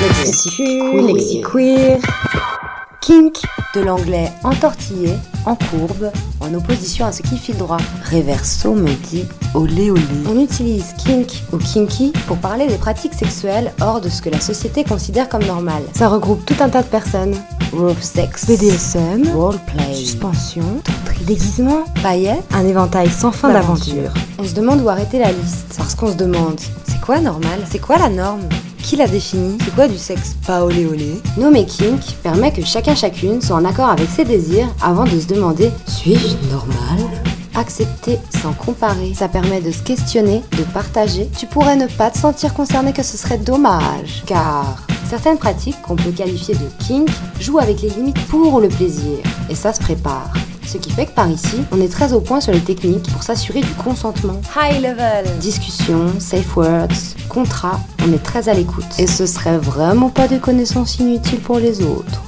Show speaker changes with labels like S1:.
S1: Culture, lexiqueer, kink, de l'anglais entortillé, en courbe, en opposition à ce qui fit droit. Réverso me dit olé olé. On utilise kink ou kinky pour parler des pratiques sexuelles hors de ce que la société considère comme normal. Ça regroupe tout un tas de personnes. Rough sex, BDSM, roleplay, suspension, tantrique, déguisement, paillettes,
S2: Un éventail sans fin d'aventures.
S1: on se demande où arrêter la liste. Parce qu'on se demande, c'est quoi normal C'est quoi la norme Qui la définit C'est quoi du sexe pas olé olé Nommer kink permet que chacun chacune soit en accord avec ses désirs avant de se demander suis-je normal Accepter sans comparer, ça permet de se questionner, de partager. Tu pourrais ne pas te sentir concerné que ce serait dommage, car certaines pratiques qu'on peut qualifier de kink jouent avec les limites pour le plaisir, et ça se prépare. Ce qui fait que par ici, on est très au point sur les techniques pour s'assurer du consentement. High level Discussion, safe words, contrat, on est très à l'écoute. Et ce serait vraiment pas de connaissances inutiles pour les autres.